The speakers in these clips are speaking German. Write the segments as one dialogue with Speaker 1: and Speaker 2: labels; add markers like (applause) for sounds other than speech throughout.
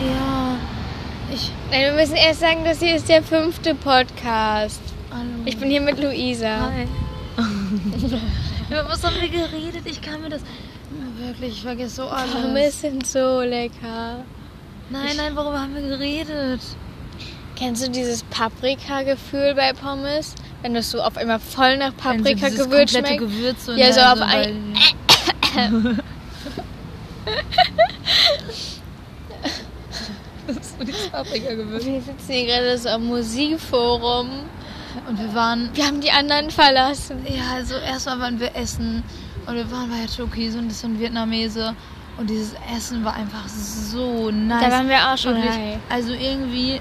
Speaker 1: Ja. Ich.
Speaker 2: Nein, wir müssen erst sagen, das hier ist der fünfte Podcast.
Speaker 1: Hallo.
Speaker 2: Ich bin hier mit Luisa.
Speaker 1: Hi.
Speaker 3: Über was haben wir geredet? Ich kann mir das.
Speaker 1: Wirklich, ich vergesse so alles.
Speaker 2: Pommes sind so lecker.
Speaker 3: Nein, nein, worüber haben wir geredet?
Speaker 2: Kennst du dieses Paprika-Gefühl bei Pommes? Wenn das so auf einmal voll nach
Speaker 3: Wenn so dieses
Speaker 2: Paprika-Gewürz
Speaker 3: komplette
Speaker 2: schmeckt.
Speaker 3: Gewürz so in
Speaker 2: Ja,
Speaker 3: der
Speaker 2: so auf
Speaker 3: Nase,
Speaker 2: ein-
Speaker 3: weil-
Speaker 2: Wir sitzen hier gerade so am Musikforum.
Speaker 1: Und wir waren.
Speaker 2: Wir haben die anderen verlassen.
Speaker 1: Ja, also erstmal waren wir essen. Und wir waren bei der Türkise und das sind Vietnamese. Und dieses Essen war einfach so nice.
Speaker 2: Da waren wir auch schon.
Speaker 1: Wirklich,
Speaker 2: high.
Speaker 1: Also irgendwie.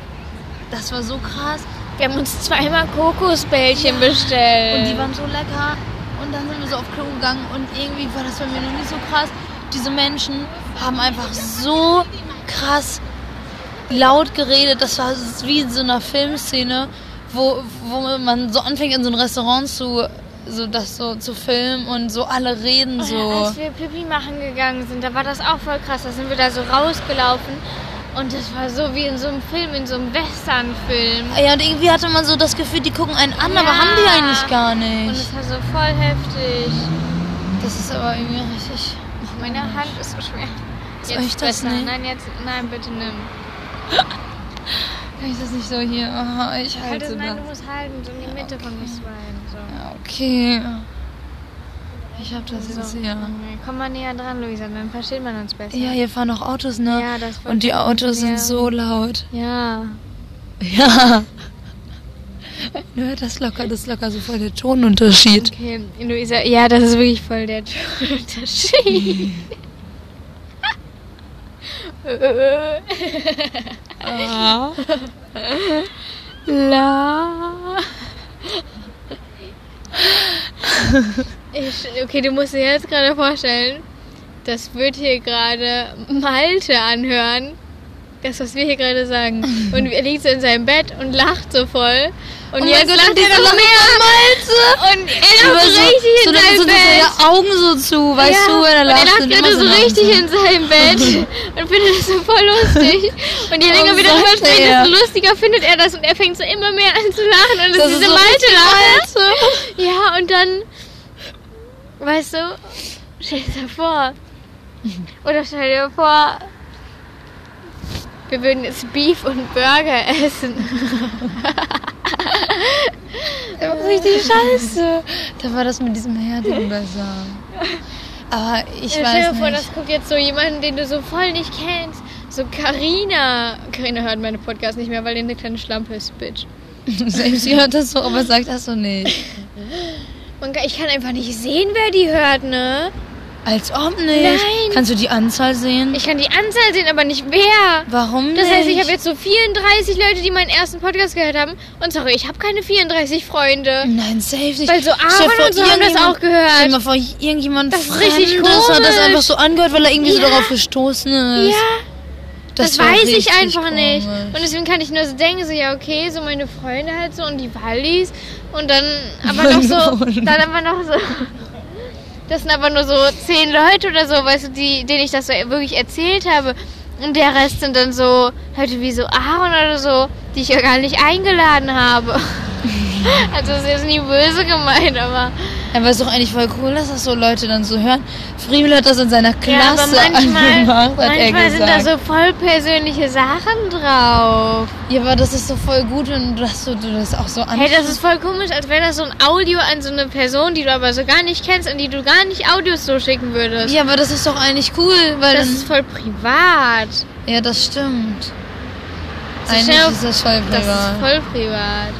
Speaker 1: Das war so krass.
Speaker 2: Wir haben uns zweimal Kokosbällchen bestellt.
Speaker 1: Und die waren so lecker. Und dann sind wir so auf Klo gegangen und irgendwie war das bei mir noch nicht so krass. Diese Menschen haben einfach so krass laut geredet. Das war wie in so einer Filmszene, wo, wo man so anfängt in so ein Restaurant zu so das so zu filmen und so alle reden
Speaker 2: Oder
Speaker 1: so.
Speaker 2: Oh Als wir Pipi machen gegangen sind, da war das auch voll krass. Da sind wir da so rausgelaufen und das war so wie in so einem Film, in so einem Western-Film.
Speaker 1: Ja, und irgendwie hatte man so das Gefühl, die gucken einen an, aber
Speaker 2: Ja.
Speaker 1: haben die eigentlich gar
Speaker 2: Und
Speaker 1: nicht.
Speaker 2: es war so voll heftig.
Speaker 1: Das ist aber irgendwie richtig.
Speaker 2: Meine Hand ist so schwer.
Speaker 1: Soll ich das
Speaker 2: besser.
Speaker 1: nehmen?
Speaker 2: Nein, jetzt, nein, bitte nimm.
Speaker 1: Kann ich das nicht so hier? Aha, ich
Speaker 2: Halt es,
Speaker 1: halte
Speaker 2: nein,
Speaker 1: das.
Speaker 2: du musst halten, so in die Mitte von uns beiden. So.
Speaker 1: Ja, okay. Ich hab das jetzt
Speaker 2: So.
Speaker 1: hier.
Speaker 2: Also, Okay, Komm mal näher dran, Luisa, dann versteht man uns besser.
Speaker 1: Ja, hier fahren auch Autos, ne?
Speaker 2: Ja, das war-
Speaker 1: Und die Autos
Speaker 2: Ja.
Speaker 1: sind so laut. (laughs)
Speaker 2: ja.
Speaker 1: Ja. Nö, das locker, das ist locker so voll der Tonunterschied.
Speaker 2: Okay, Luisa, ja, das ist wirklich voll der
Speaker 1: (laughs)
Speaker 2: Unterschied. (laughs) La. Ich, okay, du musst dir jetzt gerade vorstellen, das wird hier gerade Malte anhören. Das, was wir hier gerade sagen. Und er liegt so in seinem Bett und lacht so voll. Und
Speaker 1: Oh mein
Speaker 2: jetzt
Speaker 1: Gott,
Speaker 2: lacht
Speaker 1: und diese
Speaker 2: er noch
Speaker 1: lache
Speaker 2: mehr. Malte! Und er
Speaker 1: Aber
Speaker 2: lacht
Speaker 1: so,
Speaker 2: richtig
Speaker 1: so,
Speaker 2: in
Speaker 1: dann
Speaker 2: seinem
Speaker 1: so, so
Speaker 2: Bett.
Speaker 1: seine Augen so zu, weißt
Speaker 2: Ja,
Speaker 1: du, wenn er
Speaker 2: und er
Speaker 1: lacht.
Speaker 2: lacht
Speaker 1: sind
Speaker 2: gerade
Speaker 1: immer
Speaker 2: so
Speaker 1: Augen
Speaker 2: richtig
Speaker 1: zu.
Speaker 2: in
Speaker 1: (laughs)
Speaker 2: seinem Bett und findet das so voll lustig. Und je länger
Speaker 1: Warum
Speaker 2: wir darüber
Speaker 1: sagt
Speaker 2: sprechen,
Speaker 1: er?
Speaker 2: desto lustiger findet er das und er fängt so immer mehr an zu lachen. Und das,
Speaker 1: Das
Speaker 2: ist
Speaker 1: ist
Speaker 2: diese
Speaker 1: so
Speaker 2: Malte
Speaker 1: richtig
Speaker 2: Lache. Ja, und dann, weißt du, stell dir vor. Oder stell dir vor, wir würden jetzt Beef und Burger
Speaker 1: (laughs)
Speaker 2: essen.
Speaker 1: Das war richtig scheiße. Da war das mit diesem
Speaker 2: (laughs)
Speaker 1: Herd besser. Aber ich
Speaker 2: Ja, stell
Speaker 1: weiß
Speaker 2: dir vor,
Speaker 1: nicht.
Speaker 2: das guckt jetzt so jemanden, den du so voll nicht kennst. So Karina. Karina hört meine Podcasts nicht mehr, weil die eine kleine Schlampe ist, Bitch.
Speaker 1: (laughs) Selbst sie hört das so, aber sagt das so nicht.
Speaker 2: Man kann, ich kann einfach nicht sehen, wer die hört, ne?
Speaker 1: Als ob nicht.
Speaker 2: Nein.
Speaker 1: Kannst du die Anzahl sehen?
Speaker 2: Ich kann die Anzahl sehen, aber nicht wer.
Speaker 1: Warum
Speaker 2: Das
Speaker 1: nicht?
Speaker 2: heißt, ich habe jetzt so 34 Leute, die meinen ersten Podcast gehört haben. Und sorry, ich habe keine 34 Freunde.
Speaker 1: Nein, safe nicht.
Speaker 2: Weil so
Speaker 1: Stell dir
Speaker 2: Aaron und so haben das
Speaker 1: irgendjemand-
Speaker 2: auch gehört.
Speaker 1: Stell dir mal vor, irgendjemand
Speaker 2: Das ist
Speaker 1: Fremdes
Speaker 2: richtig
Speaker 1: hat das
Speaker 2: komisch.
Speaker 1: einfach so angehört, weil er irgendwie so
Speaker 2: Ja.
Speaker 1: darauf gestoßen ist.
Speaker 2: Ja, das,
Speaker 1: war
Speaker 2: weiß ich
Speaker 1: richtig
Speaker 2: einfach nicht.
Speaker 1: komisch.
Speaker 2: Und deswegen kann ich nur so denken, so ja, okay, so meine Freunde halt so und die Wallis. Und dann aber noch so, dann aber noch so. Das sind aber nur so zehn Leute oder so, weißt du, die, denen ich das so wirklich erzählt habe. Und der Rest sind dann so Leute wie so Aaron oder so, die ich ja gar nicht eingeladen habe. Also es ist jetzt nie böse gemeint, aber.
Speaker 1: Aber ist doch eigentlich voll cool, dass das so Leute dann so hören. Friedel hat das in seiner
Speaker 2: Ja, aber
Speaker 1: Klasse
Speaker 2: manchmal,
Speaker 1: angemacht, hat er
Speaker 2: manchmal
Speaker 1: gesagt.
Speaker 2: sind da so voll persönliche Sachen drauf.
Speaker 1: ja, aber das ist so voll gut, wenn du das, so, du das auch so an.
Speaker 2: Hey, das ist voll komisch, als wäre das so ein Audio an so eine Person, die du aber so gar nicht kennst und die du gar nicht Audios so schicken würdest.
Speaker 1: ja, aber das ist doch eigentlich cool, weil
Speaker 2: Das
Speaker 1: dann,
Speaker 2: ist voll privat.
Speaker 1: Ja, das stimmt.
Speaker 2: So
Speaker 1: Eigentlich
Speaker 2: schnell-
Speaker 1: ist das voll
Speaker 2: Das
Speaker 1: privat.
Speaker 2: ist voll privat.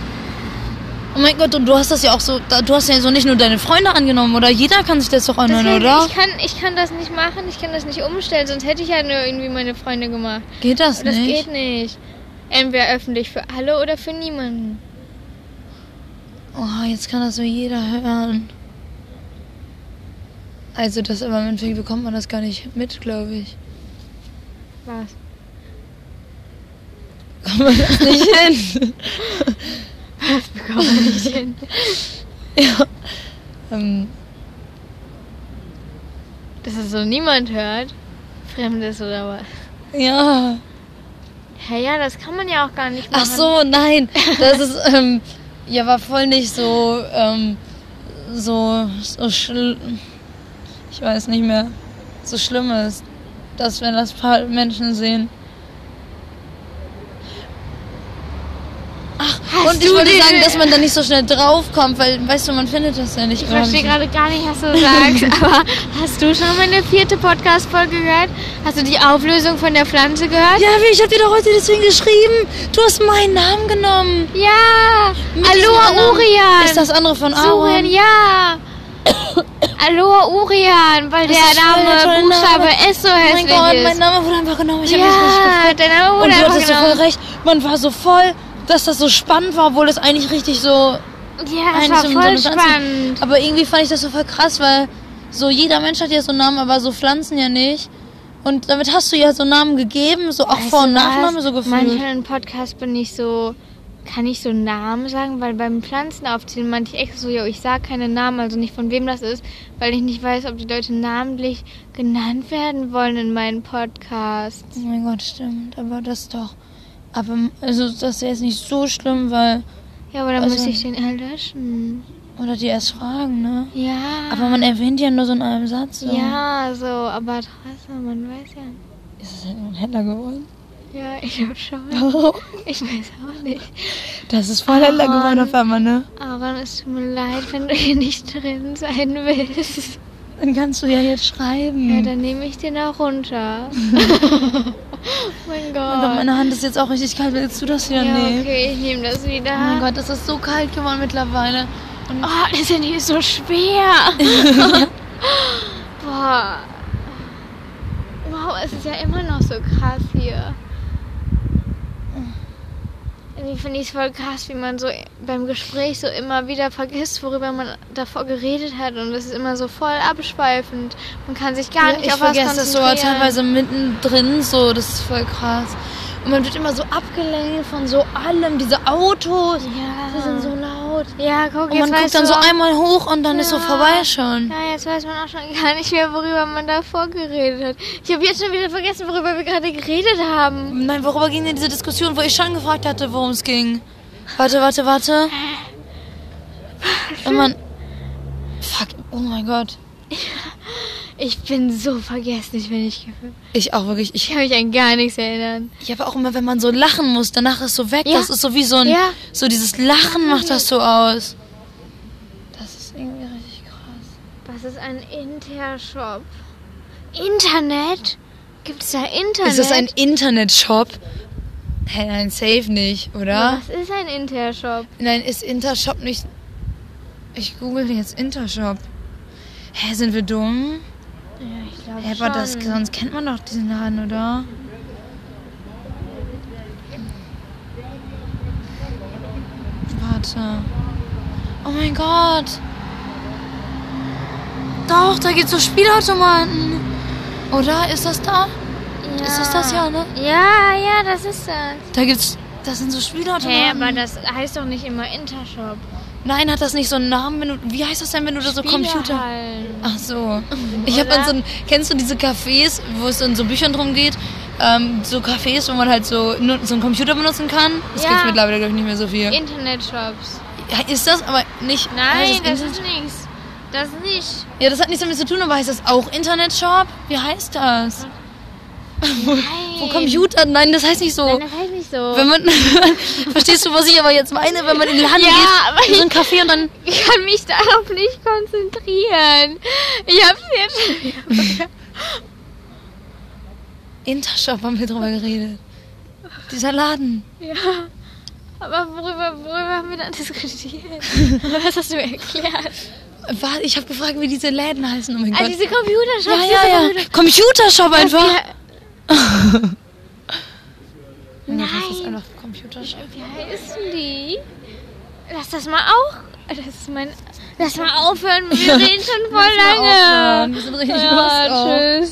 Speaker 1: Oh mein Gott, und du hast das ja auch so, da- du hast ja so nicht nur deine Freunde angenommen, oder? Jeder kann sich das doch anhören,
Speaker 2: Deswegen,
Speaker 1: Oh, oder?
Speaker 2: Ich, kann, ich kann das nicht machen, ich kann das nicht umstellen, sonst hätte ich ja nur irgendwie meine Freunde gemacht.
Speaker 1: Geht das,
Speaker 2: Das
Speaker 1: nicht?
Speaker 2: geht nicht. Entweder öffentlich für alle oder für niemanden.
Speaker 1: Oh, jetzt kann das so jeder hören. Also das aber im Endeffekt bekommt man das gar nicht mit, glaube (laughs) ich. (laughs)
Speaker 2: Was?
Speaker 1: Kommt man das nicht hin?
Speaker 2: Das bekomme ich nicht (laughs) hin.
Speaker 1: ja. (laughs) Ähm,
Speaker 2: Dass es so niemand hört. Fremdes oder was?
Speaker 1: ja.
Speaker 2: Hä, ja, das kann man ja auch gar nicht machen.
Speaker 1: Ach so, nein. Das ist, ähm, ja, war voll nicht so, ähm, so, so schl ich weiß nicht mehr, so schlimm ist, dass wenn das paar Menschen sehen. Ach,
Speaker 2: Hast
Speaker 1: und ich
Speaker 2: du
Speaker 1: wollte
Speaker 2: den-
Speaker 1: sagen, dass man da nicht so schnell draufkommt, weil, weißt du, man findet das ja nicht.
Speaker 2: Ich
Speaker 1: glaub
Speaker 2: verstehe gerade gar nicht, was
Speaker 1: (laughs)
Speaker 2: du sagst, aber hast du schon meine vierte Podcast-Folge gehört? Hast du die Auflösung von der Pflanze gehört?
Speaker 1: Ja, ich hab dir doch heute deswegen geschrieben. Du hast meinen Namen genommen.
Speaker 2: Ja!
Speaker 1: Mit diesem
Speaker 2: Aloha
Speaker 1: anderen-
Speaker 2: Urian!
Speaker 1: Ist das andere von Aaron?
Speaker 2: Surien, ja! Aloha Urian, weil
Speaker 1: Das
Speaker 2: der
Speaker 1: ist voll der
Speaker 2: Name
Speaker 1: tolle
Speaker 2: Buchstabe
Speaker 1: Name.
Speaker 2: S so
Speaker 1: Oh mein
Speaker 2: hässlich
Speaker 1: Gott,
Speaker 2: ist.
Speaker 1: mein Name wurde einfach genommen. Ich hab mich richtig gefreut.
Speaker 2: ja, der Name
Speaker 1: Und
Speaker 2: wurde
Speaker 1: du
Speaker 2: einfach
Speaker 1: hattest so voll
Speaker 2: genommen.
Speaker 1: recht. Man war so voll, dass das so spannend war, obwohl es eigentlich richtig so
Speaker 2: Ja, das
Speaker 1: eigentlich
Speaker 2: war
Speaker 1: so-
Speaker 2: voll
Speaker 1: so eine Pflanze-
Speaker 2: spannend.
Speaker 1: Aber irgendwie fand ich das so voll krass, weil so jeder Mensch hat ja so einen Namen, aber so Pflanzen ja nicht. Und damit hast du ja so Namen gegeben, so auch
Speaker 2: Weißt
Speaker 1: Vor-
Speaker 2: du
Speaker 1: und
Speaker 2: was?
Speaker 1: Nachname so gefühlt.
Speaker 2: Manchmal im Podcast bin ich so, kann ich so Namen sagen, weil beim Pflanzen aufzählen meinte ich extra so, ja, ich sage keine Namen, also nicht von wem das ist, weil ich nicht weiß, ob die Leute namentlich genannt werden wollen in meinen Podcast.
Speaker 1: Oh mein Gott, stimmt. Aber das doch. Aber also das ist jetzt nicht so schlimm, weil.
Speaker 2: Ja, aber dann
Speaker 1: Also-
Speaker 2: müsste ich den halt erlöschen.
Speaker 1: Oder die erst fragen, ne?
Speaker 2: Ja.
Speaker 1: Aber man erwähnt ja nur so in einem Satz. So.
Speaker 2: ja, so, aber trotzdem, man weiß ja. nicht.
Speaker 1: Ist es ein Händler
Speaker 2: (laughs)
Speaker 1: geworden?
Speaker 2: Ja, ich hab schon. Ich weiß auch nicht.
Speaker 1: Das ist voll
Speaker 2: Oh
Speaker 1: Händler geworden auf einmal, ne?
Speaker 2: Aaron, es tut mir leid, wenn du hier nicht drin sein willst.
Speaker 1: Dann kannst du ja jetzt schreiben.
Speaker 2: Ja, dann nehme ich den auch
Speaker 1: (laughs)
Speaker 2: runter. oh mein
Speaker 1: Oh Gott,
Speaker 2: Gott.
Speaker 1: meine Hand ist jetzt auch richtig kalt. Willst du das hier
Speaker 2: Ja,
Speaker 1: nehmen?
Speaker 2: okay, ich nehme das wieder.
Speaker 1: Oh mein Gott, das ist so kalt geworden mittlerweile.
Speaker 2: Oh, das sind hier so schwer.
Speaker 1: (laughs)
Speaker 2: Boah. Wow, es ist ja immer noch so krass hier. Irgendwie finde ich es voll krass, wie man so beim Gespräch so immer wieder vergisst, worüber man davor geredet hat. Und es ist immer so voll abschweifend. Man kann sich gar nicht
Speaker 1: ich
Speaker 2: auf was
Speaker 1: vergesse das sogar
Speaker 2: konzentrieren.
Speaker 1: teilweise mittendrin so. Das ist voll krass. Und man wird immer so abgelenkt von so allem. Diese Autos, die sind so
Speaker 2: Ja.
Speaker 1: laut.
Speaker 2: Ja, guck,
Speaker 1: Und
Speaker 2: jetzt
Speaker 1: man
Speaker 2: weißt
Speaker 1: guckt dann
Speaker 2: du
Speaker 1: so
Speaker 2: auch-
Speaker 1: einmal hoch und dann ist so
Speaker 2: Ja.
Speaker 1: vorbei schon.
Speaker 2: Ja, jetzt weiß man auch schon gar nicht mehr, worüber man davor geredet hat. Ich habe jetzt schon wieder vergessen, worüber wir gerade geredet haben.
Speaker 1: Nein, worüber ging denn diese Diskussion, wo ich schon gefragt hatte, worum es ging? Warte, warte, warte. Und man... Fuck, oh mein Gott.
Speaker 2: Ich bin so vergesslich, wenn ich gefühlt.
Speaker 1: Ich auch wirklich, ich
Speaker 2: Ich kann mich an gar nichts erinnern.
Speaker 1: Ja, aber auch immer, wenn man so lachen muss, danach ist so weg.
Speaker 2: Ja.
Speaker 1: Das ist so wie so ein.
Speaker 2: Ja.
Speaker 1: So dieses Lachen macht das so aus. Das ist irgendwie richtig krass.
Speaker 2: Was ist ein Intershop? Internet? Gibt es da Internet?
Speaker 1: Ist das ein Internetshop? Hä, nein, safe nicht, oder?
Speaker 2: Ja, Was ist ein Intershop?
Speaker 1: Nein, ist Intershop nicht. Ich google jetzt Intershop. Hä, sind wir dumm?
Speaker 2: Ja, ich glaube
Speaker 1: Hä, aber das, sonst kennt man doch diesen Laden, oder? Warte. Oh mein Gott. Doch, da gibt's so Spielautomaten. Oder? Ist das da?
Speaker 2: ja.
Speaker 1: Ist das das ja, ne?
Speaker 2: Ja, ja, das ist das.
Speaker 1: Da gibt's. Das sind so Spielautomaten.
Speaker 2: Hä, aber das heißt doch nicht immer Intershop.
Speaker 1: Nein, hat das nicht so einen Namen, wenn du. Wie heißt das denn, wenn du da so Computer.
Speaker 2: Computerhallen.
Speaker 1: Ach so. Ich habe
Speaker 2: Mhm. Oder?
Speaker 1: an so ein, kennst du diese Cafés, wo es in so Büchern drum geht? Ähm, so Cafés, wo man halt so, nur, so einen Computer benutzen kann. Das
Speaker 2: Ja.
Speaker 1: gibt's mittlerweile, glaube ich, nicht mehr so viel.
Speaker 2: Internetshops.
Speaker 1: Ja, ist das aber nicht.
Speaker 2: Nein,
Speaker 1: heißt
Speaker 2: das,
Speaker 1: Internet-
Speaker 2: ist nichts. Das ist nicht.
Speaker 1: Ja, das hat nichts damit zu tun, aber heißt das auch Internetshop? Wie heißt das?
Speaker 2: Nein.
Speaker 1: Wo Computer? Nein, das heißt nicht so.
Speaker 2: Nein, das heißt nicht so.
Speaker 1: Wenn man. (laughs) verstehst du, was ich aber jetzt meine? Wenn man in den Laden
Speaker 2: Ja, aber
Speaker 1: geht, in so ein Café und dann.
Speaker 2: ich kann mich darauf nicht konzentrieren. Ich hab's jetzt.
Speaker 1: Intershop haben wir drüber geredet. Dieser Laden.
Speaker 2: Ja. Aber worüber, worüber haben wir dann diskutiert? Was hast du erklärt?
Speaker 1: Warte, ich habe gefragt, wie diese Läden heißen. Oh mein
Speaker 2: Ah,
Speaker 1: Gott.
Speaker 2: diese Computershops.
Speaker 1: Ja, ja, ja. Computershop einfach.
Speaker 2: Nein.
Speaker 1: Das ist einfach Computershop.
Speaker 2: Wie heißen die? Lass das mal auch. Das ist
Speaker 1: (laughs)
Speaker 2: mein. Lass mal aufhören. Wir reden schon voll
Speaker 1: Lass mal
Speaker 2: lange.
Speaker 1: aufhören. Wir sind richtig
Speaker 2: ja,
Speaker 1: lost Oh. auch.
Speaker 2: Tschüss.